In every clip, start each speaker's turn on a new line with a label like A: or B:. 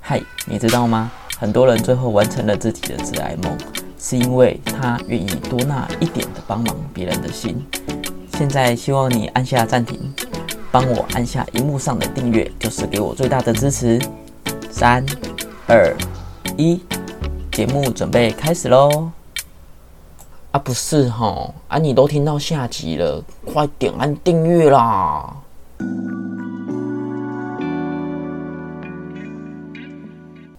A: 嗨，你知道吗？很多人最后完成了自己的挚爱梦，是因为他愿意多那一点的帮忙别人的心。现在希望你按下暂停，帮我按下荧幕上的订阅，就是给我最大的支持。三、二、一，节目准备开始喽！啊，不是吼，啊，你都听到下集了，快点按订阅啦！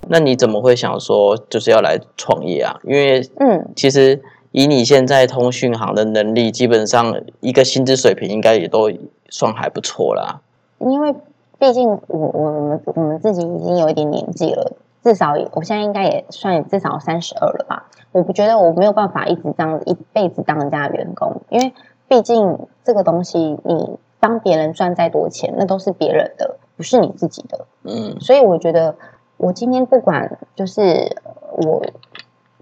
A: 那你怎么会想说就是要来创业啊？因为
B: 嗯，
A: 其实以你现在通讯行的能力，基本上一个薪资水平应该也都算还不错啦。
B: 因为毕竟我我我们我们自己已经有一点年纪了，至少也我现在应该也算至少三十二了吧。我不觉得我没有办法一直这样子一辈子当人家的员工，因为毕竟这个东西你帮别人赚再多钱，那都是别人的，不是你自己的。
A: 嗯
B: 所以我觉得，我今天不管就是呃我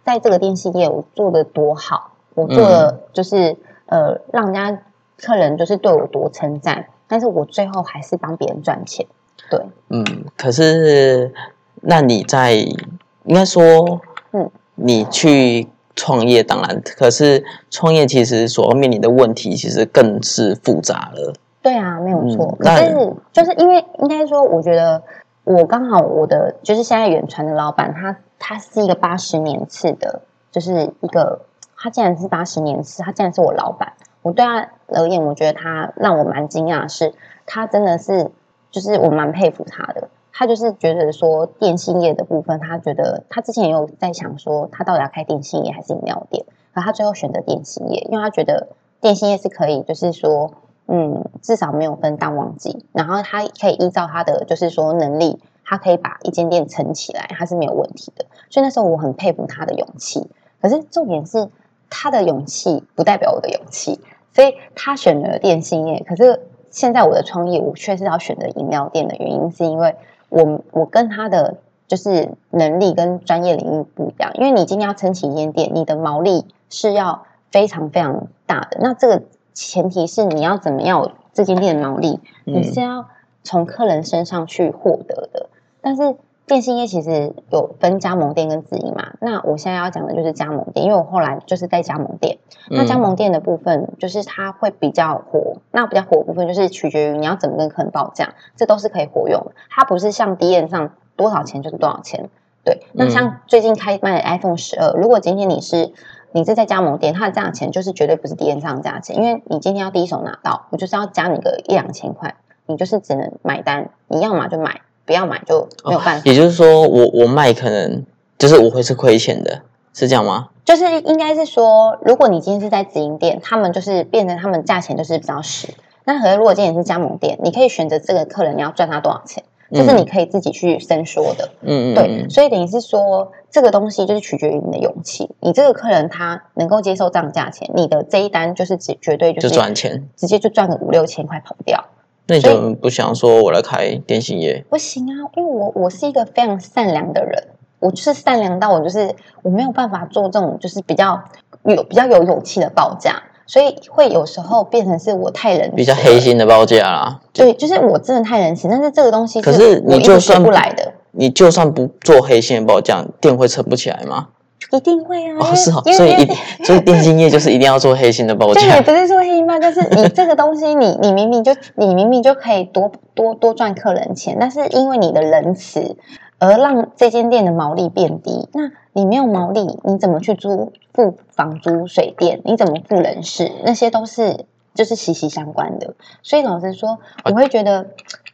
B: 在这个电信业我做的多好，我做的就是、呃让人家客人就是对我多称赞，但是我最后还是帮别人赚钱。对，
A: 嗯，可是那你在应该说，
B: 嗯，
A: 你去创业，当然，可是创业其实所面临的问题其实更是复杂了。
B: 对啊，没有错
A: 嗯。
B: 可
A: 那
B: 是就是因为应该说，我觉得我刚好我的就是现在远传的老板，他他是一个八十年次的，就是一个他竟然是八十年次，他竟然是我老板。我对他而言，我觉得他让我蛮惊讶的是，他真的是就是我蛮佩服他的。他就是觉得说电信业的部分，他觉得他之前也有在想说，他到底要开电信业还是饮料店，可他最后选择电信业，因为他觉得电信业是可以，就是说嗯，至少没有分淡旺季，然后他可以依照他的就是说能力，他可以把一间店撑起来，他是没有问题的。所以那时候我很佩服他的勇气。可是重点是他的勇气不代表我的勇气，所以他选了电信业。可是现在我的创业，我却是要选择饮料店的原因，是因为我我跟他的就是能力跟专业领域不一样。因为你今天要撑起一间店，你的毛利是要非常非常大的。那这个前提是你要怎么样有这间店的毛利，
A: 嗯
B: 你是要从客人身上去获得的。但是电信业其实有分加盟店跟直营嘛。那我现在要讲的就是加盟店，因为我后来就是在加盟店。那加盟店的部分就是它会比较火，那比较火的部分就是取决于你要怎么跟客人报价，这都是可以活用的。它不是像 D N 上多少钱就是多少钱。对，那像最近开卖的 iPhone 十二，如果今天你是你是在加盟店，它的价钱就是绝对不是 D N 上的价钱，因为你今天要第一手拿到，我就是要加你个一两千块，你就是只能买单，你要买就买，不要买就没有办法。
A: 嗯也就是说我，我卖可能就是我会是亏钱的，是这样吗？
B: 就是应该是说，如果你今天是在直营店，他们就是变成他们价钱就是比较实。那和如果今天你是加盟店，你可以选择这个客人你要赚他多少钱，这是你可以自己去伸缩的。
A: 嗯嗯
B: 对，所以等于是说，这个东西就是取决于你的勇气。你这个客人他能够接受这样的价钱，你的这一单就是只绝对
A: 就
B: 就是
A: 赚钱。
B: 直接就赚个五六千块跑不掉。
A: 那你
B: 所以
A: 怎么不想说我来开电信业？
B: 不行啊，因为我我是一个非常善良的人，我就是善良到我就是我没有办法做这种就是比较有比较有勇气的报价，所以会有时候变成是我太仁慈，
A: 比较黑。心的报价啦。
B: 对，就是我真的太仁慈，但是这个东西
A: 可是
B: 我
A: 你
B: 一
A: 就
B: 直学
A: 算
B: 不来的，
A: 你就算不做黑心的报价，店会撑不起来吗？
B: 一定会啊。因
A: 哦，
B: 为
A: 是哦，
B: 因为
A: 所以
B: 因为
A: 一定所以电信业就是一定要做黑心的报
B: 就也
A: 价。
B: 不是说黑心吧，就是你这个东西你，你明明就你明明就可以多多多赚客人钱，但是因为你的仁慈而让这间店的毛利变低。那你没有毛利，你怎么去租付房租、水电？你怎么付人事？那些都是就是息息相关的。所以老实说，我会觉得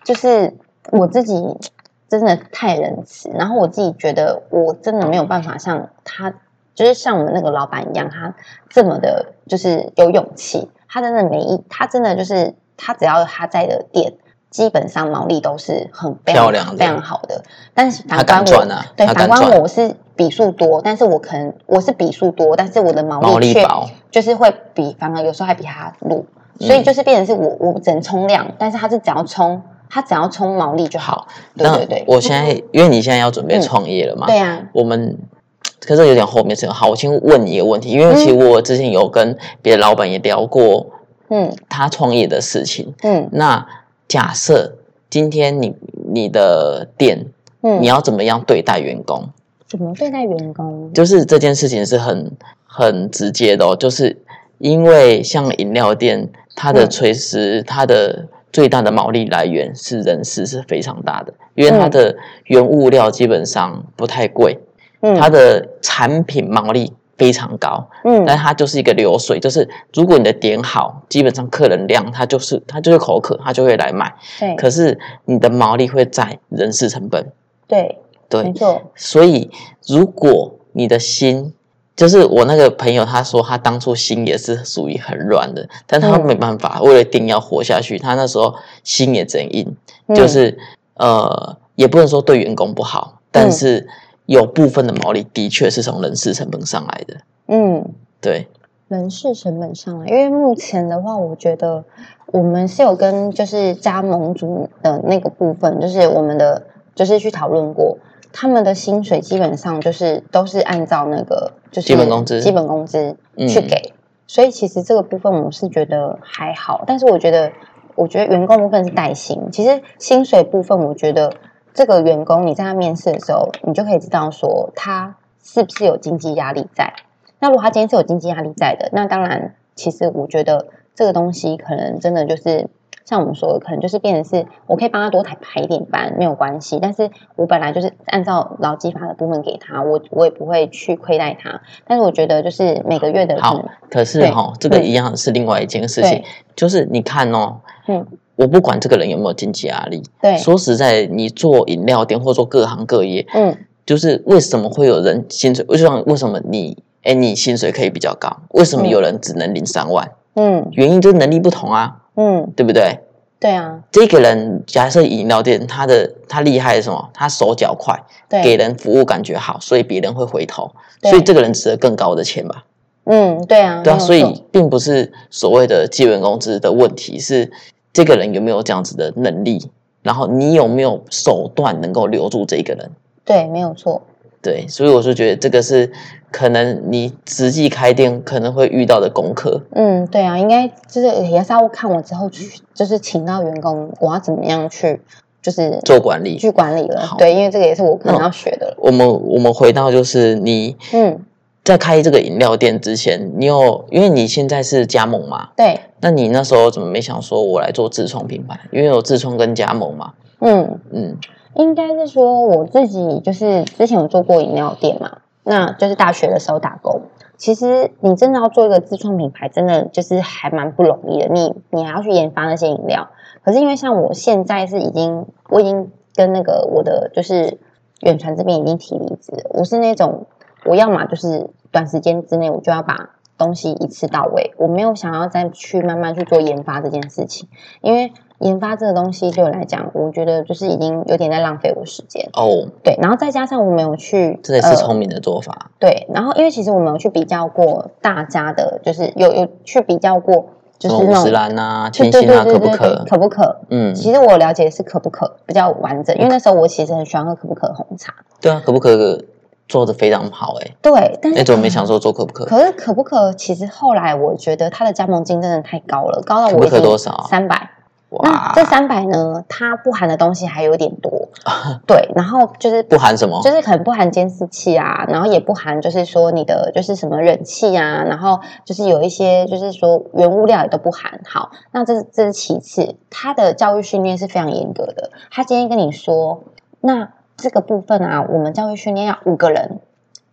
B: 就是我自己真的太仁慈，然后我自己觉得我真的没有办法像他，就是像我们那个老板一样，他这么的，就是有勇气。他真的没一，他真的就是他只要他在的店，基本上毛利都是很非
A: 漂
B: 常
A: 亮的
B: 非常好的。但是
A: 他
B: 反观
A: 敢赚
B: 我，
A: 啊，
B: 对，
A: 他
B: 反
A: 敢
B: 观
A: 赚，
B: 我是笔数多，但是我可能我是笔数多，但是我的
A: 毛
B: 毛
A: 利
B: 利却
A: 薄。
B: 就是会比，反而有时候还比他弱，
A: 嗯
B: 所以就是变成是我我只能冲量，但是他是只要冲，他只要冲毛利就好。对
A: 那
B: 对对，
A: 我现在因为你现在要准备
B: 嗯
A: 创业了嘛，
B: 对啊，
A: 我们可是有点后面这个。好，我先问你一个问题，因为其实我之前有跟别的老板也聊过
B: 嗯
A: 他创业的事情。
B: 嗯
A: 那假设今天你你的店
B: 嗯
A: 你要怎么样对待员工？
B: 怎么对待员工？
A: 就是这件事情是很很直接的哦，就是因为像饮料店，它的
B: 嗯
A: 垂直它的最大的毛利来源是人事是非常大的，因为它
B: 嗯
A: 的原物料基本上不太贵，
B: 嗯
A: 它的产品毛利非常高，
B: 嗯
A: 但它就是一个流水，就是如果你的点好，基本上客人量他就是他就是口渴，他就会来买，
B: 对
A: 可是你的毛利会在人事成本，
B: 对
A: 对，
B: 没错
A: 所以，如果你的心，就是我那个朋友，他说他当初心也是属于很软的，但他
B: 嗯
A: 没办法，为了一定要活下去，他那时候心也真硬，就
B: 嗯
A: 是呃，也不能说对员工不好，
B: 嗯
A: 但是有部分的毛利的确是从人事成本上来的，
B: 嗯
A: 对，
B: 人事成本上来，因为目前的话，我觉得我们是有跟就是加盟主的那个部分，就是我们的就是去讨论过，他们的薪水基本上就是都是按照那个就是
A: 基本工资
B: 基本工资
A: 嗯
B: 去给，所以其实这个部分我是觉得还好，但是我觉得我觉得员工部分是带薪，其实薪水部分我觉得这个员工你在他面试的时候，你就可以知道说他是不是有经济压力在。那如果他今天是有经济压力在的，那当然，其实我觉得这个东西可能真的就是像我们说的，可能就是变成是我可以帮他多排排一点班没有关系，但是我本来就是按照劳基法的部分给他，我我也不会去亏待他。但是我觉得就是每个月的
A: 好
B: 可能
A: 可是
B: 对
A: 哈、这个
B: 嗯
A: 一样是另外一件事情
B: 对，
A: 就是你看哦，
B: 嗯
A: 我不管这个人有没有经济压力，
B: 对，
A: 说实在，你做饮料店或做各行各业，
B: 嗯
A: 就是为什么会有人薪水？为什么为什么你哎你薪水可以比较高？为什么
B: 嗯
A: 有人只能领三万？
B: 嗯
A: 原因就是能力不同啊，
B: 嗯，
A: 对不对？
B: 对啊，
A: 这个人假设饮料店，他的他厉害是什么？他手脚快，
B: 对，
A: 给人服务感觉好，所以别人会回头，
B: 对
A: 所以这个人值得更高的钱吧？
B: 嗯对啊，
A: 对啊，
B: 没有
A: 所
B: 错
A: 以并不是所谓的基本工资的问题，是这个人有没有这样子的能力，然后你有没有手段能够留住这个人。
B: 对没有错，
A: 对，所以我是觉得这个是可能你实际开店可能会遇到的功课。
B: 嗯，对啊，应该就是也是要看我之后去，就是请到员工，我要怎么样去，就是
A: 做管理
B: 去管理了
A: 好。
B: 对，因为这个也是我可能
A: 嗯
B: 要学的了。
A: 我们我们回到就是你
B: 嗯，
A: 在开这个饮料店之前，你有因为你现在是加盟嘛，
B: 对，
A: 那你那时候怎么没想说我来做自创品牌？因为有自创跟加盟嘛，
B: 嗯，
A: 嗯，
B: 应该是说我自己就是之前有做过饮料店嘛，那就是大学的时候打工。其实你真的要做一个自创品牌，真的就是还蛮不容易的。你你还要去研发那些饮料，可是因为像我现在是已经，我已经跟那个我的就是远传这边已经提离职了。我是那种我要么就是短时间之内我就要把东西一次到位，我没有想要再去慢慢去做研发这件事情，因为研发这个东西对我来讲，我觉得就是已经有点在浪费我时间。
A: 哦，
B: 对，然后再加上我没有去，
A: 这也是
B: 呃
A: 聪明的做法，
B: 对，然后因为其实我们有去比较过大家的，就是有有去比较过，就
A: 什
B: 是
A: 么五
B: 那
A: 十
B: 种
A: 岚啊、
B: 对
A: 千
B: 对
A: 星
B: 对
A: 啊，
B: 对
A: 可不
B: 对对
A: 可？
B: 可不可？
A: 嗯，
B: 其实我了解是可不可比较完整，因为那时候我其实很喜欢喝可不可红茶。
A: 对啊，可不可做的非常好哎、
B: 对，但
A: 欸，
B: 是
A: 那时候没想说做可不可？
B: 可是可不可其实后来我觉得它的加盟金真的太高了，高到我
A: 可不可多少啊
B: 三百。那
A: 哇，
B: 这三百呢，它不含的东西还有点 多，对，然后就是
A: 不含什么？
B: 就是可能不含监视器啊，然后也不含就是说你的就是什么冷气啊，然后就是有一些就是说原物料也都不含。好，那这是这是其次，他的教育训练是非常严格的。他今天跟你说，那这个部分啊，我们教育训练要五个人，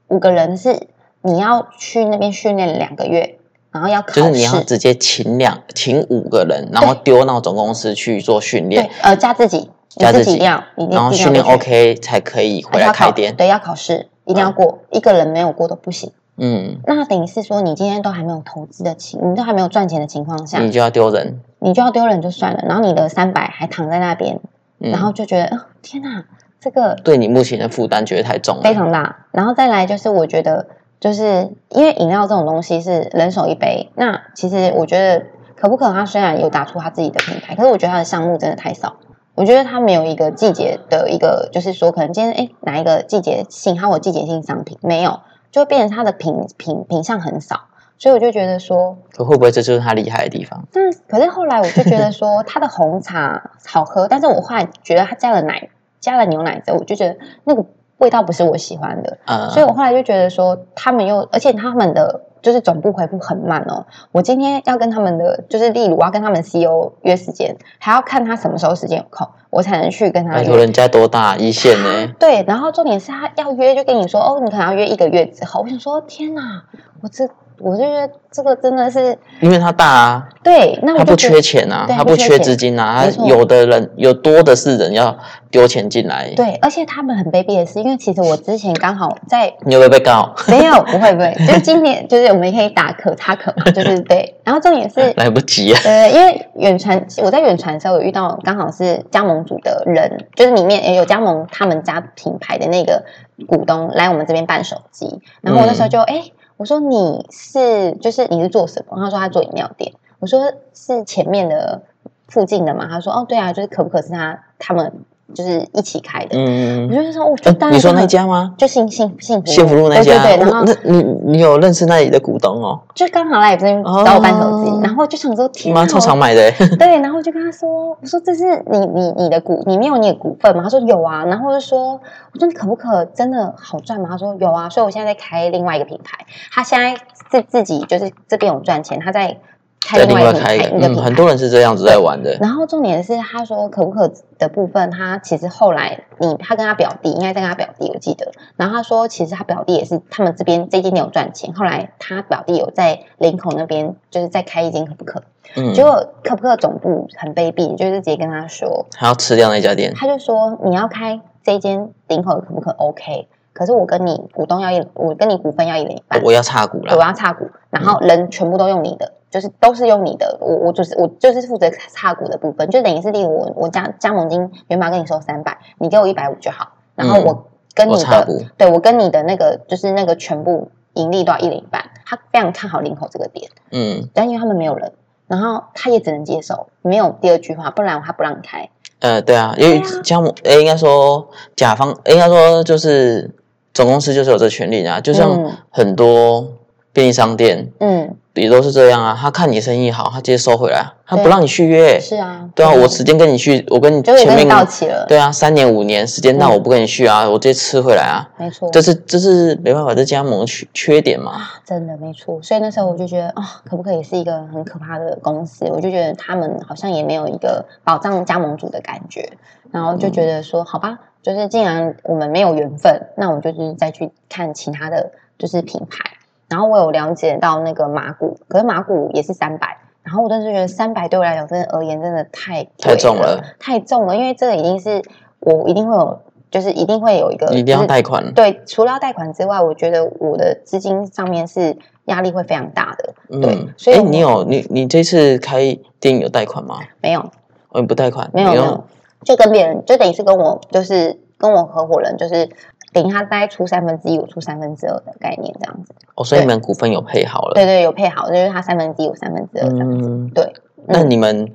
B: 五个人是你要去那边训练两个月，然后要考试，
A: 就是你要直接请两请五个人，然后丢到总公司去做训
B: 对
A: 练，
B: 呃加自己，你
A: 加
B: 自
A: 自
B: 己
A: 己
B: 量，你自己
A: 然后
B: 量
A: 训练
B: 就去
A: OK 才可以
B: 而
A: 回
B: 且要
A: 来
B: 考
A: 开店。
B: 对要考试，一定要过，一个人没有过都不行。
A: 嗯，
B: 那等于是说，你今天都还没有投资的情，你都还没有赚钱的情况下，
A: 你
B: 你
A: 就要丢人。
B: 就要丢人就算了，然后你的三百还躺在那边，
A: 嗯，
B: 然后就觉得，呃、天哪，这个
A: 对你目前的负担觉得太重了，
B: 非常大。然后再来就是，我觉得就是因为饮料这种东西是人手一杯，那其实我觉得可不可它虽然有打出它自己的品牌，可是我觉得它的项目真的太少。我觉得它没有一个季节的一个，就是说可能今天哎哪一个季节性，它有季节性商品没有，就变成它的品品品相很少。所以我就觉得说，
A: 可会不会这就是他厉害的地方？
B: 但可是后来我就觉得说，它的红茶好喝，但是我后来觉得它加了奶加了牛奶之后，我就觉得那个味道不是我喜欢的，
A: 嗯，
B: 所以我后来就觉得说，他们又，而且他们的就是总部回复很慢哦。我今天要跟他们的，就是例如我要跟他们 CEO 约时间，还要看他什么时候时间有空，我才能去跟他
A: 拜托
B: 约。
A: 人家多大一线 呢？
B: 对，然后重点是他要约就跟你说，哦，你可能要约一个月之后。我想说，天哪，我这我就觉得这个真的是
A: 因为他大啊，
B: 对，那我
A: 他
B: 就
A: 不
B: 觉
A: 缺
B: 得
A: 钱啊，
B: 对
A: 他
B: 不
A: 不
B: 缺
A: 缺
B: 钱
A: 资金啊，
B: 没
A: 他
B: 错
A: 有的人有多的是人要丢钱进来。
B: 对，而且他们很卑鄙的是，因为其实我之前刚好在
A: 你会不会被告？，
B: 没有，不会不会，就是今年就是我们可以打可他可嘛，就是对。然后重点是
A: 来不及啊！
B: 呃，因为远传我在远传的时候有遇到，刚好是加盟组的人，就是里面也有加盟他们家品牌的那个股东来我们这边办手机，然后我那时候就哎、
A: 嗯
B: 诶我说你是就是你是做什么？他说啊他做饮料店，我说是前面的附近的嘛，他说哦对啊，就是可不可是他他们就是一起开的，
A: 嗯
B: 我，就说哦，就
A: 哎
B: 当然
A: 你说
B: 是
A: 那
B: 很
A: 家吗？
B: 就幸幸幸福
A: 幸福路那家，
B: 对对对，然
A: 我
B: 后
A: 那你你有认识那里的股东哦？
B: 就刚好来我这边找我办手机，
A: 哦
B: 然后就想说天
A: 妈，
B: 啊，
A: 超常买的欸，
B: 对，然后就跟他说，我说这是你你你的股，你没有你的股份吗？他说有啊，然后我就说，我说你可不可真的好赚吗？他说有啊，所以我现在在开另外一个品牌，他现在是自己就是这边有赚钱，他在开
A: 在另
B: 另外一
A: 外
B: 个品牌，
A: 开一个，
B: 一个
A: 嗯，
B: 品牌
A: 很。多人是这样子在玩的，
B: 然后重点是，他说可不可的部分，他其实后来你他跟他表弟，应该在跟他表弟，我记得。然后他说，其实他表弟也是他们这边这间店有赚钱，后来他表弟有在林口那边就是再开一间可不可，
A: 嗯，
B: 结果可不可总部很卑鄙，就是直接跟他说，
A: 还要吃掉那家店，
B: 他就说你要开这间林口的可不可 OK，可是我跟你股东要一，我跟你股份要一人一半。
A: 我要插股
B: 对，啊我
A: 了，
B: 要插股，然后人全部都用你的，就是都是用你的，我我就是我就是负责插股的部分，就等于是例如我我加加盟金原本要跟你收三百，你给我一百五就好，然后我跟
A: 嗯我
B: 你
A: 插
B: 的、
A: 股，
B: 对我跟你的那个就是那个全部盈利都要一人一半，他非常看好林口这个点，
A: 嗯，
B: 但因为他们没有人。然后他也只能接受，没有第二句话，不然他不让你开。
A: 呃，对啊，因为
B: 对啊
A: 加盟，哎，应该说甲方，哎应该说就是总公司就是有这权利啊，就像
B: 嗯
A: 很多便利商店
B: 嗯，
A: 也都是这样啊，他看你生意好，他直接收回来，他
B: 对
A: 不让你续约，
B: 是啊，
A: 对啊，
B: 嗯
A: 我时间跟你去，我跟你
B: 就是
A: 前
B: 跟你
A: 面
B: 到期了，，
A: 对啊，三年五年时间到，
B: 嗯
A: 我不跟你续啊，我直接吃回来啊。
B: 没错，
A: 这是这是没办法，这加盟缺缺点嘛。
B: 真的没错，所以那时候我就觉得，哦，可不可以是一个很可怕的公司？我就觉得他们好像也没有一个保障加盟主的感觉，然后就觉
A: 嗯
B: 得说，好吧，就是既然我们没有缘分，那我就是再去看其他的就是品牌。然后我有了解到那个马古，可是马古也是三百，然后我真的是觉得三百对我来讲真的而言真的太
A: 太
B: 贵
A: 重了
B: 了，太重了，因为这个已经是我一定会有，就是一定会有一个
A: 你一定
B: 就
A: 要
B: 呃是
A: 贷款，
B: 对，除了要贷款之外，我觉得我的资金上面是压力会非常大的。对
A: 嗯，
B: 所以
A: 诶
B: 我
A: 你有你你这次开店有贷款吗？
B: 没有，
A: 哦，你不贷款，
B: 没有，
A: 你
B: 没
A: 用
B: 有，就跟别人，就等于是跟我，就是跟我合伙人，就是等于他大概出三分之一，我出三分之二的概念这样子。
A: 哦，所以
B: 对
A: 你们股份有配好了。
B: 对对，有配好，就是他三分之一，我三分之二这样子。
A: 嗯，
B: 对，
A: 那你们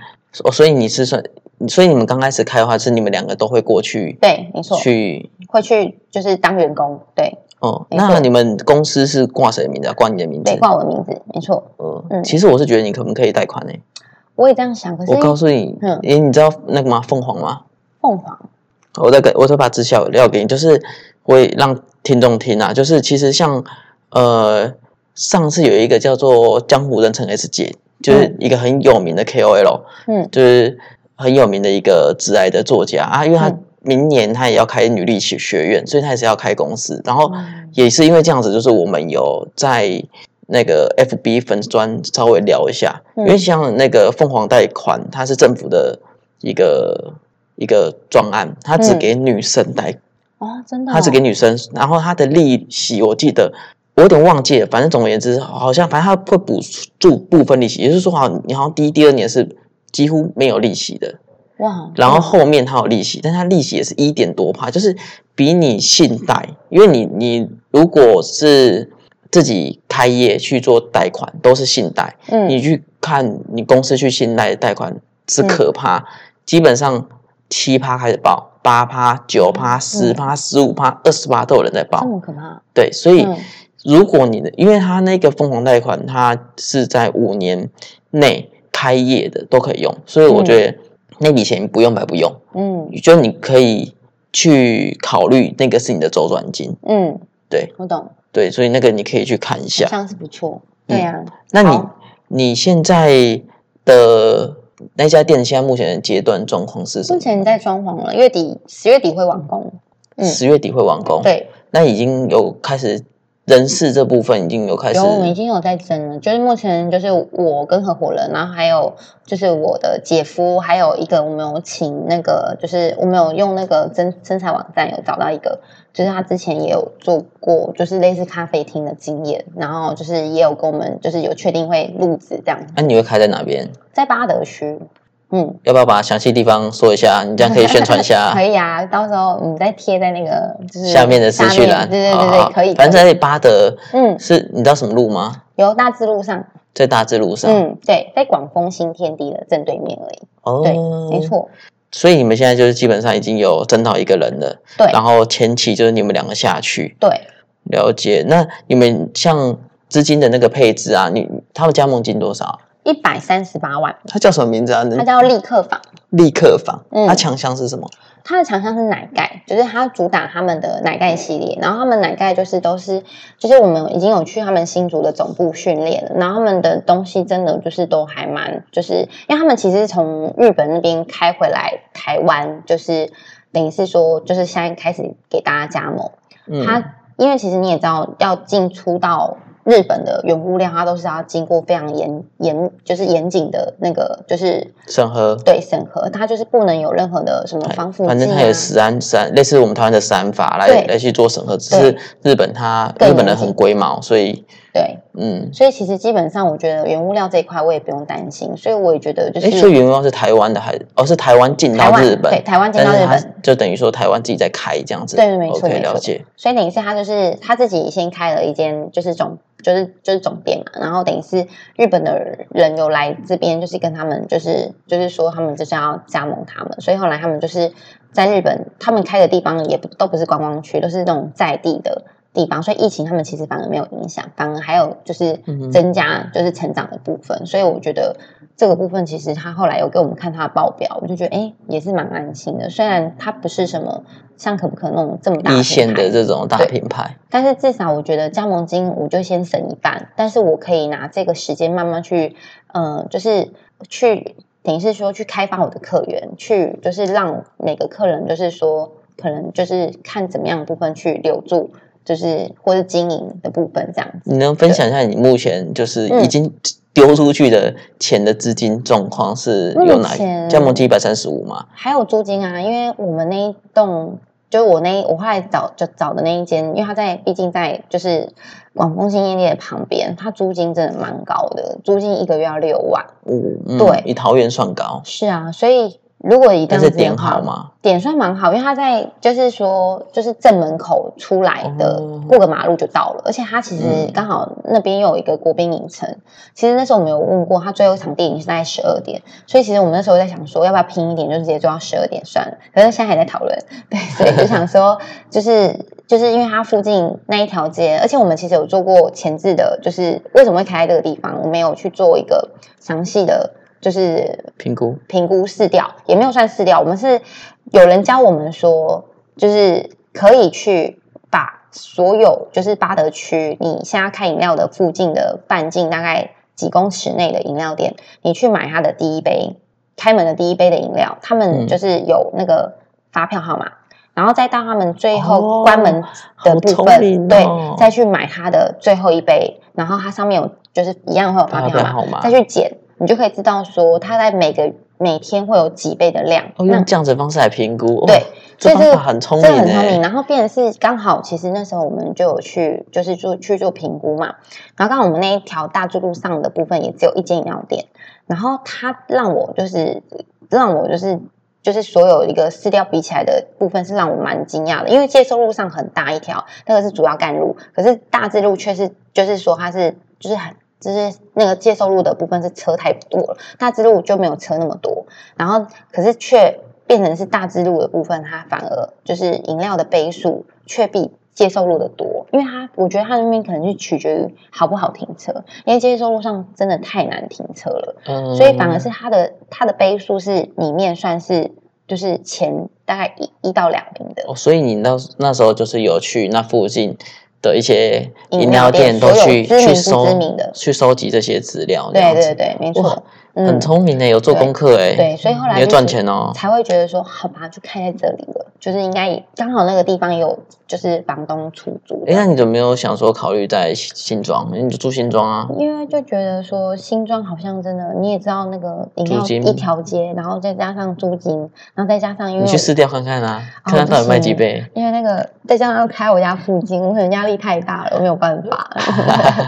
A: 哦，所以你是算，所以你们刚开始开的话，是你们两个都会过去
B: 对，没错，
A: 去
B: 会去就是当员工，对
A: 哦。
B: 没错
A: 那你们公司是挂谁的名字啊？挂你的名字
B: 对，？挂我的名字，没错。
A: 嗯，
B: 嗯
A: 其实我是觉得你可不可以贷款呢？
B: 我也这样想，可是
A: 我告诉你
B: 嗯，
A: 诶，你知道那个吗？凤凰吗？
B: 凤凰，
A: 我再给我再把资料料给你，就是我也让听众听啊，就是其实像呃上次有一个叫做江湖人称 S 姐，就是一个很有名的 KOL，
B: 嗯
A: 就是很有名的一个直癌的作家啊，因为他
B: 嗯
A: 明年他也要开女力学学院，所以他也是要开公司，然后
B: 嗯
A: 也是因为这样子，就是我们有在。那个 FB 粉砖稍微聊一下，
B: 嗯
A: 因为像那个凤凰贷款，它是政府的一个一个专案，它只
B: 嗯
A: 给女生贷，
B: 哦，真的哦，
A: 它只给女生，然后它的利息我记得我有点忘记了，反正总而言之，好像反正它会补助部分利息，也就是说，好，你好像第一、第二年是几乎没有利息的，
B: 哇，
A: 然后后面它有利息，但它利息也是一点多趴，就是比你信贷，因为你你如果是自己开业去做贷款都是信贷，
B: 嗯
A: 你去看你公司去信贷贷款是可怕，
B: 嗯
A: 基本上七趴开始报，八趴、九
B: 嗯
A: 趴、十趴、十五趴、二十趴都有人在
B: 这
A: 报。
B: 么可怕，
A: 对，所以
B: 嗯
A: 如果你的，因为他那个疯狂贷款，它是在五年内开业的都可以用，所以我觉得那笔钱不用白不用，
B: 嗯
A: 就你可以去考虑那个是你的周转金。
B: 嗯，
A: 对
B: 我懂，
A: 对，所以那个你可以去看一下嗯
B: 这。样是不错。对啊，
A: 那你
B: 好
A: 你现在的那家店现在目前的阶段状况是什
B: 目
A: 么？
B: 前在装潢了，月底十月底会完工。嗯
A: 十月底会完工，，
B: 对，
A: 那已经有开始人事这部分已经有开始
B: 有，我们已经有在争了，就是目前就是我跟合伙人，然后还有就是我的姐夫，还有一个我们有请那个，就是我们有用那个真真材网站有找到一个，就是他之前也有做过，就是类似咖啡厅的经验，然后就是也有跟我们就是有确定会入职这样，
A: 那、啊你会开在哪边？
B: 在巴德区，嗯，
A: 要不要把详细地方说一下？你这样可以宣传一 下
B: 可以啊，到时候我们再贴在那个就是
A: 下面的资讯
B: 下
A: 栏。
B: 面对对
A: 好
B: 对
A: 好好
B: 对，可以，
A: 反正
B: 可以
A: 在巴德
B: 嗯，
A: 是，你知道什么路吗？
B: 由大致路上，
A: 在大智路上。
B: 嗯，对，在广丰新天地的正对面而已。
A: 哦，
B: 嗯对，没。错，
A: 所以你们现在就是基本上已经有争到一个人了，
B: 对
A: 然后前期就是你们两个下去
B: 对，
A: 了解。那你们像资金的那个配置啊，你他们加盟金多少？
B: 一百三十八万，
A: 他叫什么名字啊？
B: 它
A: 能
B: 叫立刻坊，
A: 立刻坊，
B: 嗯
A: 他强项是什么？
B: 它的强项是奶盖，就是它主打他们的奶盖系列，然后他们奶盖就是都是，就是我们已经有去他们新竹的总部训练了，然后他们的东西真的就是都还蛮，就是因为他们其实是从日本那边开回来台湾，就是等于是说，就是现在开始给大家加盟。
A: 嗯，
B: 它因为其实你也知道，要进出到日本的原物料，它都是要经过非常严严，就是严谨的那个，就是
A: 审核，
B: 对审核，它就是不能有任何的什么防腐剂、啊，
A: 哎反正它有食安食安，类似我们台湾的食安法来
B: 对
A: 来去做审核，只
B: 对
A: 是日本它
B: 更
A: 日本人
B: 严谨
A: 很龟毛，所以
B: 对，
A: 嗯，
B: 所以其实基本上我觉得原物料这一块我也不用担心，所以我也觉得就
A: 哎，所以
B: 是
A: 原料是台湾的还哦是台湾进
B: 台
A: 到
B: 湾
A: 日本
B: 对，台湾进
A: 但
B: 到
A: 是
B: 日
A: 它
B: 本，
A: 就等于说台湾自己在开这样子，
B: 对对没错
A: OK，
B: 没错
A: 了解，
B: 所以等于是他就是他自己先开了一间就是总就是就是总店嘛，然后等于是日本的人有来这边，就是跟他们就是就是说他们就是要加盟他们，所以后来他们就是在日本，他们开的地方也不都不是观光区，都是那种在地的地方，所以疫情他们其实反而没有影响，反而还有就是
A: 嗯哼
B: 增加就是成长的部分，所以我觉得这个部分其实他后来有给我们看他的报表，我就觉得哎、诶也是蛮安心的，虽然它不是什么像可不可那种这么大的
A: 一
B: 品
A: 线
B: 牌
A: 的这种大
B: 对
A: 品牌，
B: 但是至少我觉得加盟金我就先省一半，但是我可以拿这个时间慢慢去，呃，就是去等于是说去开发我的客源，去就是让每个客人就是说可能就是看怎么样的部分去留住，就是或是经营的部分这样子。
A: 你能分享一下你目前就是
B: 嗯
A: 已经丢出去的钱的资金状况是有哪
B: 目前
A: 加盟金一百三十五嘛？
B: 还有租金啊，因为我们那一栋，就是我那一我后来找就找的那一间，因为它在毕竟在就是广丰新夜店的旁边，它租金真的蛮高的，租金一个月要六万。
A: 嗯，
B: 对
A: 以桃园算高，
B: 是啊，所以如果以这
A: 但
B: 样
A: 是
B: 子的
A: 点
B: 话
A: 好？吗？
B: 点算蛮好，因为它在就是说就是正门口出来的，
A: 哦
B: 过个马路就到了，而且它其实
A: 嗯
B: 刚好那边又有一个国宾影城。其实那时候我们有问过，它最后一场电影是大概十二点，所以其实我们那时候在想说，要不要拼一点，就直接做到十二点算了。可是现在还在讨论， 对，所以就想说，就是就是因为它附近那一条街，而且我们其实有做过前置的，就是为什么会开在这个地方，我们有去做一个详细的。就是
A: 评估
B: 评估试调，也没有算试调，我们是有人教我们说，就是可以去把所有就是巴德区你现在开饮料的附近的半径大概几公尺内的饮料店，你去买它的第一杯开门的第一杯的饮料，他
A: 嗯
B: 们就是有那个发票号码。然后再到他们最
A: 哦
B: 后关门的
A: 好
B: 部
A: 聪明
B: 分，
A: 哦
B: 对，再去买它的最后一杯，然后它上面有就是一样会有发
A: 发
B: 票
A: 票
B: 号
A: 号
B: 码，
A: 码
B: 再，去减，你就可以知道说它在每个每天会有几倍的量。
A: 哦，
B: 那
A: 用这样子的方式来评估，哦
B: 对，
A: 这
B: 所以
A: 方
B: 这个
A: 法很聪
B: 这
A: 明欸
B: 个很聪明。
A: 诶，
B: 然后变成是刚好，其实那时候我们就有去，就是做去做评估嘛。然后刚好我们那一条大柱路上的部分也只有一间饮料店，然后他让我就是让我就是。就是所有一个撕掉比起来的部分是让我蛮惊讶的，因为接收路上很大一条，那个是主要干路，可是大智路却是就是说它是就是很就是那个接收路的部分是车太多了，大智路就没有车那么多，然后可是却变成是大支路的部分，它反而就是饮料的杯数却比接受路的多，因为它我觉得它那边可能是取决于好不好停车，因为接受路上真的太难停车了，
A: 嗯
B: 所以反而是它的它的杯数是里面算是就是前大概一一到两名的
A: 哦，所以你那那时候就是有去那附近的一些饮
B: 饮
A: 料
B: 料
A: 店
B: 店
A: 都
B: 所有
A: 去
B: 知名
A: 去
B: 不
A: 收
B: 知名的
A: 去收集这些资料，这
B: 对
A: 样
B: 对
A: 子
B: 对，没
A: 哇
B: 错，嗯
A: 很聪明的，欸有做
B: 对
A: 功课哎，
B: 对，所以后来
A: 你有
B: 就
A: 赚
B: 是
A: 钱哦，
B: 才会觉得说，好吧，就开在这里了，就是应该也刚好那个地方也有就是房东出租
A: 哎，那
B: 的，
A: 你怎么没有想说考虑在新新庄？你就住新庄啊？
B: 因为就觉得说新庄好像真的，你也知道那个饮料
A: 租金
B: 一条街，然后再加上租金，然后再加上因为
A: 你去试掉看看啊，
B: 嗯哦
A: 看看到底卖
B: 不
A: 几
B: 行
A: 倍。
B: 因为那个再加上要开我家附近，我可能压力太大了，我没有办 法。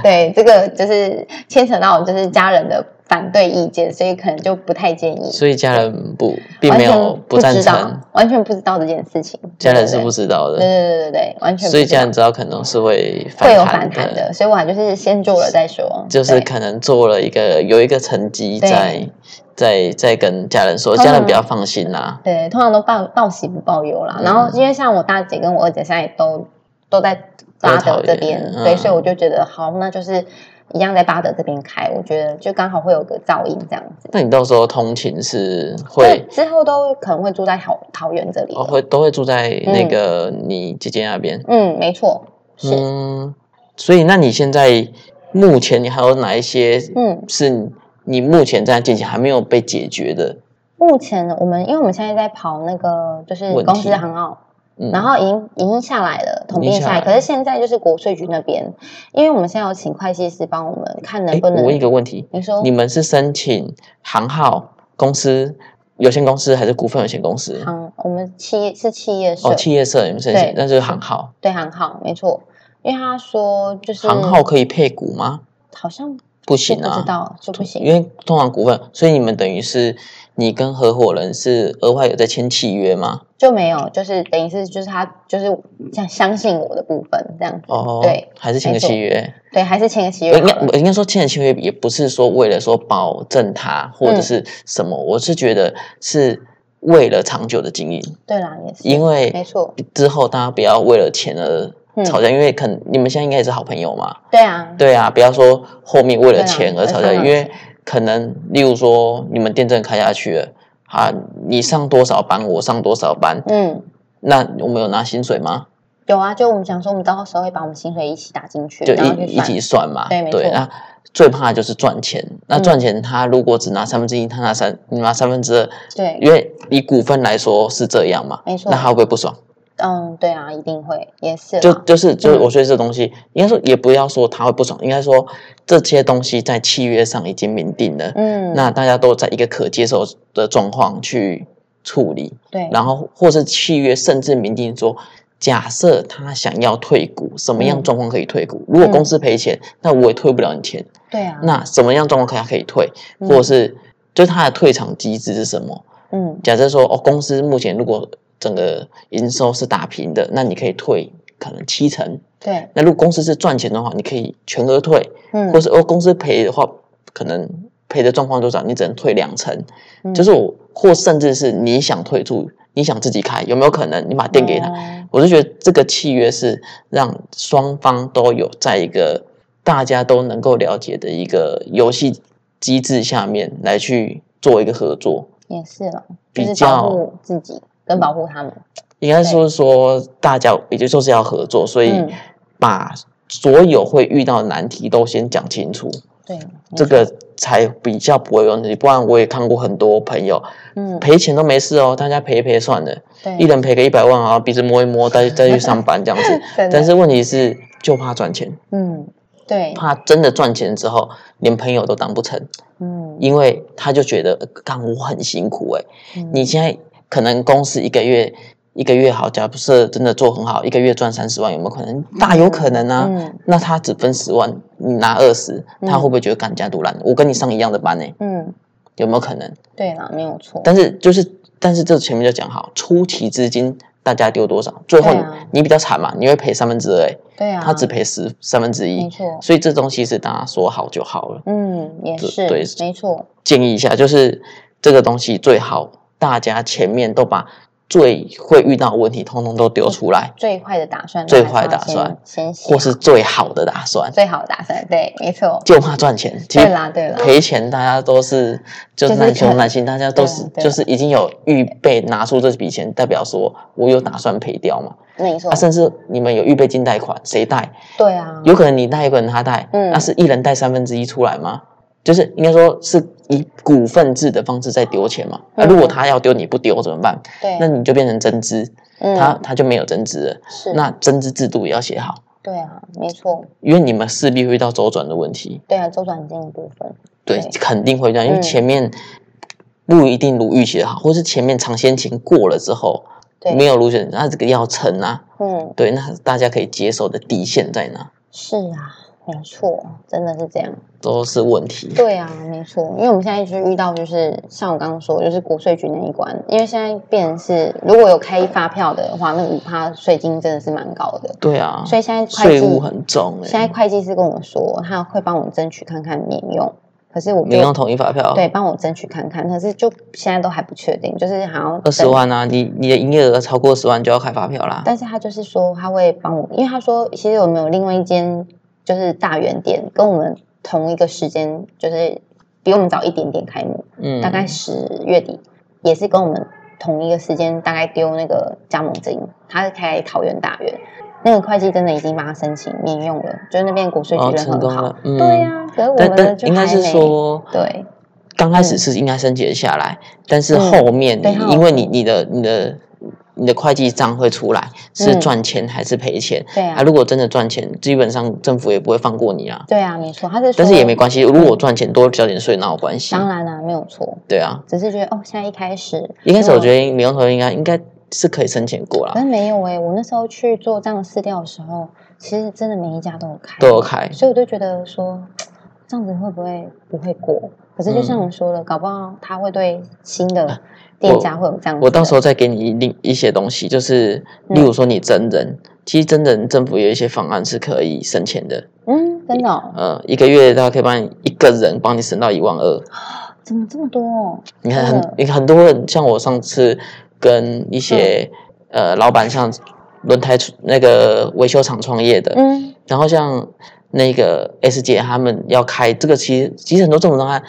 B: 对，这个就是牵扯到就是家人的反对意见，所以可能就不太建议。
A: 所以家人不并
B: 完
A: 没
B: 全
A: 有
B: 不
A: 赞
B: 知道
A: 成，，
B: 完全不知道这件事情，
A: 家人
B: 对
A: 是不知道
B: 对
A: 的，
B: 对对对对对，完全不
A: 所以
B: 知道
A: 家人知道可能是会
B: 会有
A: 弹
B: 反弹的，所以我还就是先做了再说，
A: 就是
B: 对
A: 可能做了一个有一个成绩
B: 对嗯
A: 在在在跟家人说，
B: 通
A: 家
B: 常
A: 人比较放心啦、
B: 对，通常都报报喜不报忧啦。
A: 嗯
B: 然后因为像我大姐跟我二姐现在也都都在巴德
A: 都在
B: 这边，
A: 桃园嗯
B: 对，所以我就觉得好，那就是一样在巴德这边开，我觉得就刚好会有个照应这样子。
A: 那你到时候通勤是
B: 对，
A: 会
B: 之后都可能会住在桃桃园这里了。
A: 哦会都会住在那个你姐姐那边，
B: 嗯，没错，是，
A: 嗯，所以那你现在目前你还有哪一些
B: 嗯，
A: 是你目前在进行还没有被解决的？
B: 目前我们因为我们现在在跑那个就是
A: 问题
B: 公司的航澳，
A: 嗯，
B: 然后已经已经下来了，统
A: 已经
B: 编
A: 下
B: 下来。
A: 来
B: 可是现在就是国税局那边，因为我们现在有请会计师帮我们看能
A: 哎，
B: 不
A: 我
B: 能，
A: 问一个问题，
B: 你说
A: 你们是申请行号公司有限公司还是股份有限公司？
B: 行，嗯我们企业是企业社，
A: 哦，企业社你们申请
B: 对，
A: 那就是行号。
B: 对行号没错，因为他说就是
A: 行号可以配股吗？
B: 好像
A: 不
B: 是
A: 行
B: 嗯不知
A: 啊，
B: 道就不
A: 因
B: 行，
A: 为通常股份，所以你们等于是你跟合伙人是额外有在签契约吗？
B: 就没有，就是等于是就是他就是相相信我的部分这样子，
A: 哦，
B: 对，
A: 还是签个
B: 没错
A: 契约？
B: 对，还是签个契约
A: 应
B: 好
A: 该
B: 了，
A: 应该说签的契约也不是说为了说保证它或者
B: 嗯
A: 是什么，我是觉得是为了长久的经营。
B: 对啦，也
A: 因
B: 是，
A: 为
B: 没错嗯
A: 之后大家不要为了钱而吵架，因为可能你们现在应该也是好朋友嘛，
B: 对啊，
A: 对啊，不要说后面为了钱
B: 对
A: 而
B: 啊
A: 吵架，
B: 而
A: 因
B: 吵架
A: 为可能例如说你们店真的开下去了啊，你上多少班，我上多少班，
B: 嗯，
A: 那我们有拿薪水吗？
B: 有啊，就我们想说，我们到时候会把我们薪水一起打进去，
A: 就
B: 然后去
A: 一一
B: 算
A: 起算嘛，
B: 对没错
A: 那最怕的就是赚钱，那
B: 嗯
A: 赚钱他如果只拿三分之一，他拿三你拿三分之二，
B: 对，
A: 因为以股份来说是这样嘛，
B: 没错
A: 那他会不会不爽？
B: 嗯，对啊，一定会，也是
A: 就
B: 啦，
A: 就是就是，
B: 嗯
A: 我觉得这东西应该说也不要说他会不爽，应该说这些东西在契约上已经明定了，
B: 嗯，
A: 那大家都在一个可接受的状况去处理，
B: 对，
A: 然后或是契约甚至明定说，假设他想要退股，什么样
B: 嗯
A: 状况可以退股？如果公司赔钱，那我也退不了你钱，
B: 对啊，
A: 那什么样状况可以可以退，
B: 嗯
A: 或者是就是他的退场机制是什么？
B: 嗯，
A: 假设说哦，公司目前如果整个营收是打平的，那你可以退可能七成。
B: 对，
A: 那如果公司是赚钱的话，你可以全额退，
B: 嗯，
A: 或是哦公司赔的话，可能赔的状况多少，你只能退两成。
B: 嗯
A: 就是我或甚至是你想退出，你想自己开，有没有可能你把店给他？
B: 哦
A: 我是觉得这个契约是让双方都有在一个大家都能够了解的一个游戏机制下面来去做一个合作。
B: 也是了，就
A: 比
B: 是
A: 较嗯
B: 保护自己跟保护他们，
A: 应该说说大家，也就是说是要合作，所以
B: 嗯
A: 把所有会遇到的难题都先讲清楚，
B: 对，没
A: 这
B: 错
A: 个才比较不会有问题。不然我也看过很多朋友
B: 嗯，
A: 赔钱都没事哦，大家赔一赔算了，
B: 对，。
A: 一人赔个一百万啊，鼻子摸一摸，再再去上班这样子
B: 真的
A: 但是问题是，就怕赚钱，
B: 嗯，对，
A: 怕真的赚钱之后连朋友都当不成，
B: 嗯，
A: 因为他就觉得呃干我很辛苦哎、
B: 嗯
A: 你现在可能公司一个月一个月好，假设真的做很好，一个月赚三十万，有没有可能？大有可能啊。
B: 嗯
A: 那他只分十万，你拿二十，
B: 嗯
A: 他会不会觉得干家独揽？我跟你上一样的班呢、欸
B: 嗯，
A: 有没有可能？
B: 对啦，没有错，
A: 但是就是，但是这前面就讲好，初期资金大家丢多少，最后你,、
B: 对啊
A: 比较惨嘛，你会赔三分之二、欸，
B: 对啊，
A: 他只赔十三分之
B: 没
A: 一，
B: 错，
A: 所以这东西是大家说好就好了。
B: 嗯，也
A: 对
B: 是，
A: 对
B: 没错，
A: 建议一下，就是这个东西最好大家前面都把最会遇到的问题，通通都丢出来，
B: 最坏的打算，
A: 最坏的打算
B: 先，先写
A: 或是最好的打算，
B: 最好的打算，对，没错，
A: 就怕赚钱。其
B: 对
A: 实
B: 啦，对啦，
A: 赔钱大家都是就
B: 就是
A: 难
B: 看
A: 兄难心，大家都是
B: 对啊对啊
A: 就是已经有预备拿出这笔钱，代表说我有打算赔掉嘛。
B: 没错
A: 啊，，甚至你们有预备金贷款，谁贷？
B: 对啊，
A: 有可能你贷，有可能他贷，
B: 嗯
A: 那是一人贷三分之一出来吗？就是应该说是以股份制的方式在丢钱嘛。那、
B: 嗯
A: 如果他要丢你不丢怎么办？
B: 对，
A: 那你就变成增资，
B: 嗯
A: 他他就没有增资了。
B: 是
A: 那增资制度也要写好，
B: 对啊，没错，
A: 因为你们势必会遇到周转的问题，
B: 对啊，周转金的部分，
A: 对，
B: 对
A: 肯定会遇到，因为
B: 嗯
A: 前面不一定如预期的好，或是前面尝鲜期过了之后
B: 对，
A: 没有如选，那这个要成啊，
B: 嗯，
A: 对，那大家可以接受的底线在哪，
B: 是啊，没错，真的是这样。
A: 都是问题。
B: 对啊，没错，因为我们现在就是遇到，就是像我刚刚说，就是国税局那一关，因为现在变成是，如果有开发票的话，那五趴税金真的是蛮高的，
A: 对啊，
B: 所以现在会
A: 税
B: 计
A: 务很重哎、
B: 现在会计师跟我说，他会帮我争取看看免用，可是我就
A: 民用统一发票，
B: 对，帮我争取看看，可是就现在都还不确定，就是好像
A: 二十万啊，你你的营业额超过十万就要开发票啦。
B: 但是他就是说他会帮我，因为他说其实我们有另外一间就是大圆店，跟我们同一个时间，就是比我们早一点点开幕，
A: 嗯，
B: 大概十月底，也是跟我们同一个时间，大概丢那个加盟金，他是开桃园大园，那个会计真的已经帮他申请免用了，就是那边国税
A: 哦
B: 局人
A: 成
B: 很
A: 功
B: 好，
A: 了，嗯，
B: 对呀、可是我
A: 但
B: 们的
A: 但
B: 就
A: 应该
B: 还
A: 是
B: 没
A: 说，
B: 对
A: 刚开始是应该申请下来，但是后面
B: 嗯对
A: 你
B: 它有
A: 因为你你的你的你的会计账会出来是
B: 嗯
A: 赚钱还是赔钱
B: 对啊
A: 啊？如果真的赚钱，基本上政府也不会放过你啊。
B: 对啊，没错，他是
A: 但是
B: 说
A: 也没关系，如果我赚钱多交点税，哪有关系？
B: 当然啦、没有错，
A: 对啊，
B: 只是觉得哦，现在一开始
A: 一开始我
B: 得。
A: 觉得民用头应该应该是可以申请过啦
B: 可。是没有哎、我那时候去做这样的饲料的时候，其实真的每一家都有开，
A: 都有开
B: 所以我就觉得说，这样子会不会不会过？可是就像你说的，搞不好他会对新的店家会有这样
A: 嗯啊
B: 子
A: 我到时
B: 候
A: 候再给你另一些东西，就是
B: 嗯
A: 例如说你真人，其实真人政府有一些方案是可以省钱的，
B: 嗯，真的哦、
A: 呃，一个月他可以帮你一个人帮你省到一万二。
B: 怎么这么多、哦？
A: 你看
B: 真
A: 很
B: 的
A: 你看很多人，像我上次跟一些、呃老板，像轮胎出那个维修厂创业的，
B: 嗯，
A: 然后像那个 S 姐他们要开这个，其实其实很多政府方案，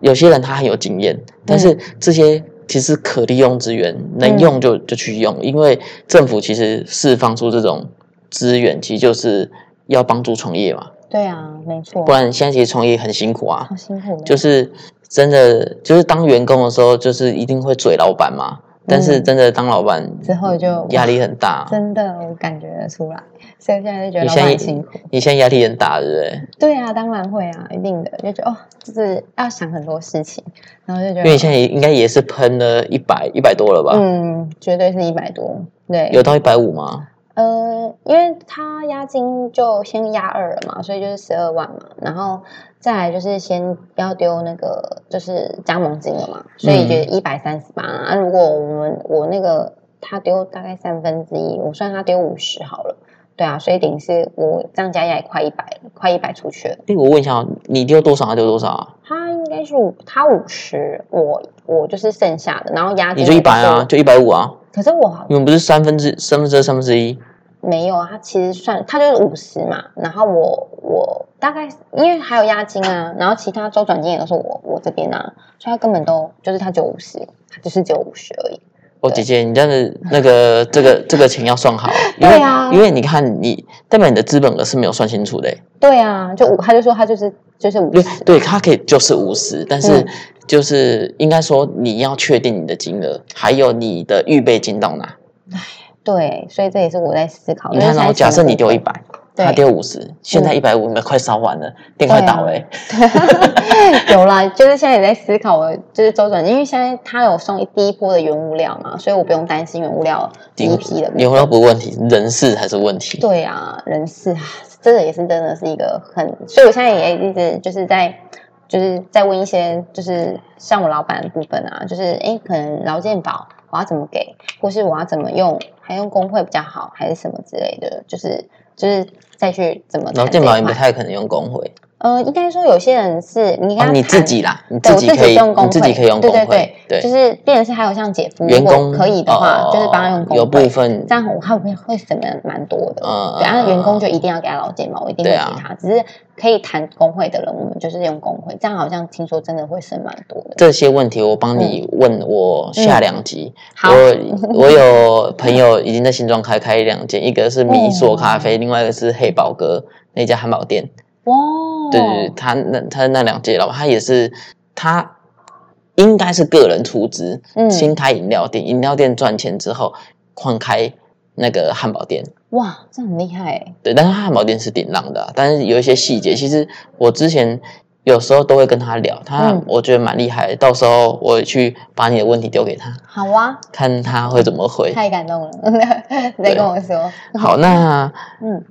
A: 有些人他很有经验，但是这些其实可利用资源，能用就就去用，因为政府其实释放出这种资源，其实就是要帮助创业嘛，
B: 对啊，没错
A: 不，然现在其实创业很辛苦啊，
B: 好辛苦哦，
A: 就是真的就是当员工的时候，就是一定会嘴老板嘛，但是
B: 嗯
A: 真的当老板
B: 之后就
A: 压力很大。
B: 真的我感觉得出来，所以我现在就觉得
A: 你
B: 老
A: 现
B: 板
A: 在
B: 很辛苦。
A: 你现在压力很大，对不对？
B: 对啊，当然会啊，一定的，就觉得哦，就是要想很多事情，然后就觉得
A: 因为你现在也应该也是喷了一百一百多了吧？
B: 啊嗯，绝对是一百多。对，
A: 有到一百五吗？
B: 呃，因为他押金就先押二了嘛，所以就是十二万嘛，然后再来就是先要丢那个就是加盟金了嘛，所以
A: 嗯
B: 就一百三十八。啊，如果我们我那个他丢大概三分之一，我算他丢五十好了。对啊，所以等于是我这样加起来快一百了，快一百出去了。
A: 那我问一下哦，你丢多少他丢多少啊？
B: 他应该是五，他五十，我我就是剩下的，然后押金
A: 你就一百
B: 我
A: 啊，就一百五啊。
B: 可是我
A: 你们不是三分之三分之二、三分之一？
B: 没有，啊，他其实算他就是五十嘛，然后我我大概因为还有押金啊，然后其他周转金也都是我我这边啊，所以他根本都就是他只有五十，他就是只有五十而已。
A: 哦，
B: 对
A: 姐姐，你这样子那个这个这个钱要算好，因为
B: 对啊
A: 因为你看你代表你的资本额是没有算清楚的欸，
B: 对啊，就五，他就说他就是就是五
A: 对
B: 十，
A: 对，它可以就是五十，但是
B: 嗯
A: 就是应该说你要确定你的金额，还有你的预备金到哪。
B: 对，所以这也是我在思考。
A: 你看
B: 因
A: 哦，
B: 为
A: 假
B: 现在
A: 设
B: 钱
A: 你丢
B: 的
A: 一
B: 部
A: 百，他
B: 对
A: 丢
B: 嗯
A: 五十，现在一百五，你们快烧完了，店快
B: 对啊
A: 倒了欸。
B: 分 有啦，就是现在也在思考我就是周转金，因为现在他有送一第一波的原物料嘛，所以我不用担心原物料第一批的部分。
A: 有没有不问题，人事才是问题。
B: 对啊，人事啊，这个也是真的是一个很，所以我现在也一直就是在就是在问一些，就是像我老板的部分啊，就是诶，可能劳健保我要怎么给，或是我要怎么用，还用工会比较好，还是什么之类的，就是就是再去怎么
A: 然
B: 谈
A: 后
B: 这
A: 健
B: 一
A: 保也不
B: 块。
A: 太可能用工会，
B: 呃，应该说有些人是你跟他
A: 哦，
B: 谈、
A: 你自己啦，你
B: 对
A: 自
B: 我
A: 己
B: 自
A: 可以，
B: 己用工
A: 你
B: 会，
A: 自己可以用工
B: 对
A: 会
B: 对，对，就是变成是还有像姐夫，
A: 员工
B: 如果可以的
A: 哦
B: 话，就是帮他用工会。
A: 有部分
B: 这样我看会会省的蛮多的。
A: 嗯
B: 对啊，员工就一定要给他劳健保，我一定会
A: 对
B: 给
A: 啊
B: 他。只是可以谈工会的人，我们就是用工会，这样好像听说真的会省蛮多的。
A: 这些问题我
B: 嗯
A: 帮你问我下两集。
B: 好，
A: 我我有朋友已经在新庄开开两间，一个是米索咖啡，另外一个是黑宝哥那家汉堡店。
B: 哇，
A: 对对对，他那他那两届老板，他也是他应该是个人出资，
B: 嗯
A: 新开饮料店，饮料店赚钱之后换开那个汉堡店。
B: 哇，这很厉害欸，
A: 对，但是他汉堡店是顶浪的啊、但是有一些细节，其实我之前有时候都会跟他聊，他
B: 嗯
A: 我觉得蛮厉害的，到时候我去把你的问题丢给他，
B: 好啊，
A: 看他会怎么回。
B: 太感动了， 你再跟我说，
A: 好，那
B: 嗯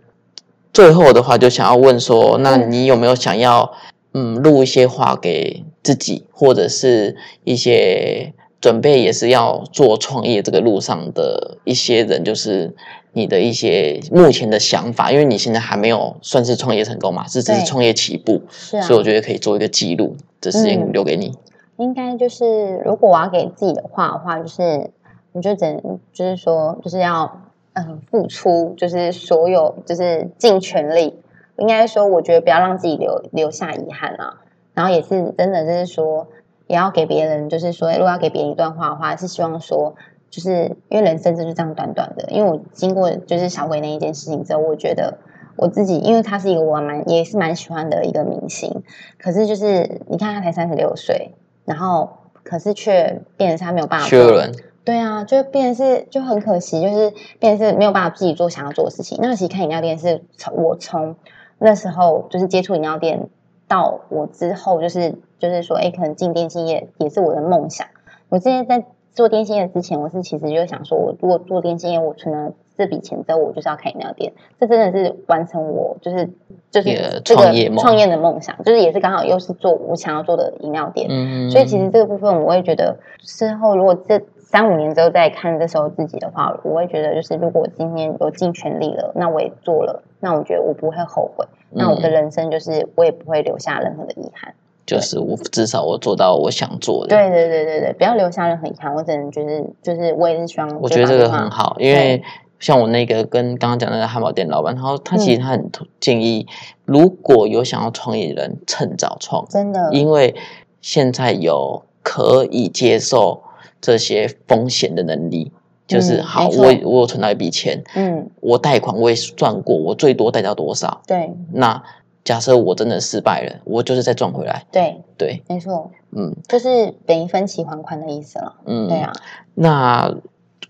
A: 最后的话就想要问说，那你有没有想要嗯录一些话给自己，或者是一些准备也是要做创业这个路上的一些人，就是你的一些目前的想法，因为你现在还没有算是创业成功嘛，是只是
B: 对
A: 创业起步，
B: 是啊，
A: 所以我觉得可以做一个记录，这时间
B: 嗯
A: 留给你。
B: 应该就是，如果我要给自己的话的话，就是我就只能就是说，就是要嗯付出，就是所有就是尽全力。应该说，我觉得不要让自己留留下遗憾啊。然后也是真的就是说，也要给别人，就是说，如果要给别人一段话的话，是希望说，就是因为人生就是这样短短的。因为我经过就是小鬼那一件事情之后，我觉得我自己，因为他是一个我蛮也是蛮喜欢的一个明星，可是就是你看他才三十六岁，然后可是却变成是他没有办法
A: 薛
B: 做
A: 有伦，
B: 对啊，就变成是就很可惜，就是变成是没有办法自己做想要做的事情。那其实开饮料店是从我从那时候就是接触饮料店到我之后，就是就是说，哎，可能进电信业也是我的梦想。我之前在做电信业之前，我是其实就想说，我如果做电信业，我存了这笔钱之后，我就是要开饮料店。这真的是完成我就是就
A: 你的
B: 是这
A: 创业
B: 个
A: 梦
B: 创业的梦想，就是也是刚好又是做我想要做的饮料店。
A: 嗯，
B: 所以其实这个部分，我会觉得事后如果这三五年之后再看这时候自己的话，我会觉得就是如果我今天有尽全力了，那我也做了，那我觉得我不会后悔，那我的
A: 嗯
B: 人生就是我也不会留下任何的遗憾。
A: 就是我至少我做到我想做的，
B: 对对对对对，不要留下任何遗憾。我只能就是就是我也是希望
A: 我
B: 就
A: 觉得
B: 把
A: 这个
B: 话
A: 很好，因为像我那个跟刚刚讲的那个汉堡店老板，他说他其
B: 嗯
A: 实他很建议，如果有想要创业的人，趁早创，
B: 真的
A: 因为现在有可以接受这些风险的能力。就是
B: 嗯
A: 好，
B: 没错
A: 我我有存到一笔钱，
B: 嗯
A: 我贷款我也赚过，我最多贷到多少？
B: 对
A: 那假设我真的失败了，我就是再赚回来。
B: 对
A: 对，
B: 没错，
A: 嗯
B: 就是等于分期还款的意思了。
A: 嗯，
B: 对啊，
A: 那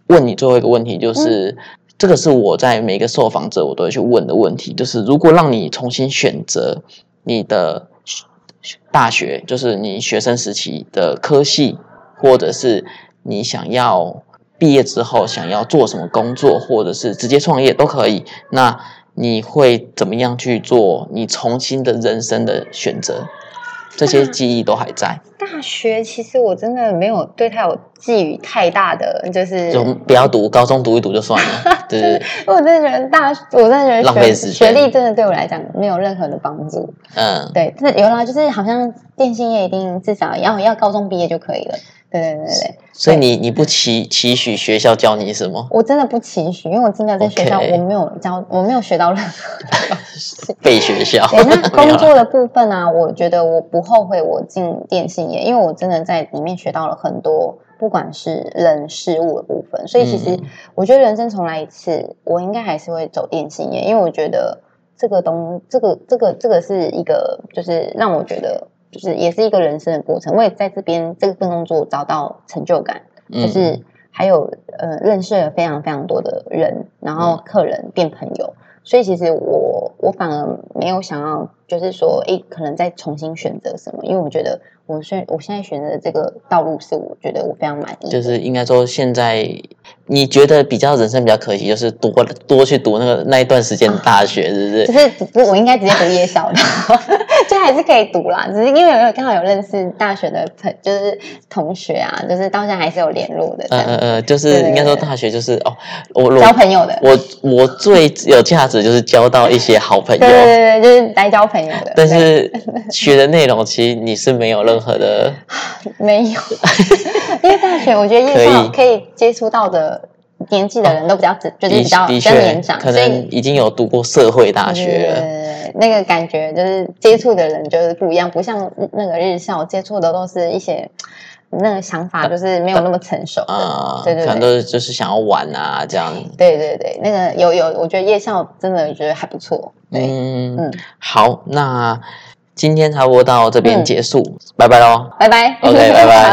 A: 问你最后一个问题，就是、这个是我在每个受访者我都会去问的问题，就是如果让你重新选择你的大学，就是你学生时期的科系，或者是你想要毕业之后想要做什么工作，或者是直接创业都可以，那你会怎么样去做你重新的人生的选择？这些记忆都还在，
B: 大学其实我真的没有对他有寄予太大的就是
A: 就不要读高中读一读就算了，对对对。
B: 我真的觉得大，我真的觉得
A: 浪
B: 学
A: 费时间
B: 学历真的对我来讲没有任何的帮助。
A: 嗯，
B: 对，但是有啦，就是好像电信业一定至少要要高中毕业就可以了。对对对对对，
A: 所以你你不期期许学校教你什么
B: 我真的不期许，因为我真的在学校
A: OK
B: 我没有教，我没有学到任何东西。
A: 被学校，
B: 对，
A: 没
B: 那
A: 有啊
B: 工
A: 啦
B: 作的部分啊，我觉得我不后悔我进电信业，因为我真的在里面学到了很多，不管是人事物的部分。所以其实
A: 嗯
B: 我觉得人生重来一次，我应该还是会走电信业，因为我觉得这个东，这个这个这个是一个，就是让我觉得就是也是一个人生的过程。我也在这边这份工作找到成就感，就
A: 嗯
B: 是还有呃认识了非常非常多的人，
A: 嗯
B: 然后客人变朋友，所以其实我我反而没有想要就是说，诶，可能再重新选择什么，因为我觉得我现我现在选择的这个道路是我觉得我非常满意的，
A: 就是应该说现在你觉得比较人生比较可惜，就是多多去读那个那一段时间的大学，是不？
B: 就是是不，我应该直接读夜校的， 就还是可以读啦。只是因为有刚好有认识大学的朋，就是同学啊，就是到现在还是有联络的这
A: 嗯
B: 样，
A: 嗯嗯，就是
B: 对对对
A: 应该说大学就是哦，我我
B: 交朋友的。
A: 我我最有价值就是交到一些好朋友
B: 对，对对对，就是来交朋友的。
A: 但是学的内容其实你是没有任何的，
B: 对没 有，因为大学我觉得夜校可以接触到的年纪的人都比较只，就是
A: 的
B: 比较比
A: 哦的
B: 较
A: 确
B: 年长，
A: 可
B: 所以
A: 能已经有读过社会大学
B: 对对
A: 了，
B: 对对那个感觉就是接触的人就是不一样，不像那个日校接触的都是一些那个想法就是没有那么成熟的。
A: 啊，
B: 对对对
A: 可能都是就是想要玩啊这样。
B: 对对对，那个有有，我觉得夜校真的觉得还不错。对，
A: 嗯
B: 嗯，
A: 好，那今天差不多到这边
B: 嗯
A: 结束，拜拜喽。
B: 拜拜。
A: OK，拜拜。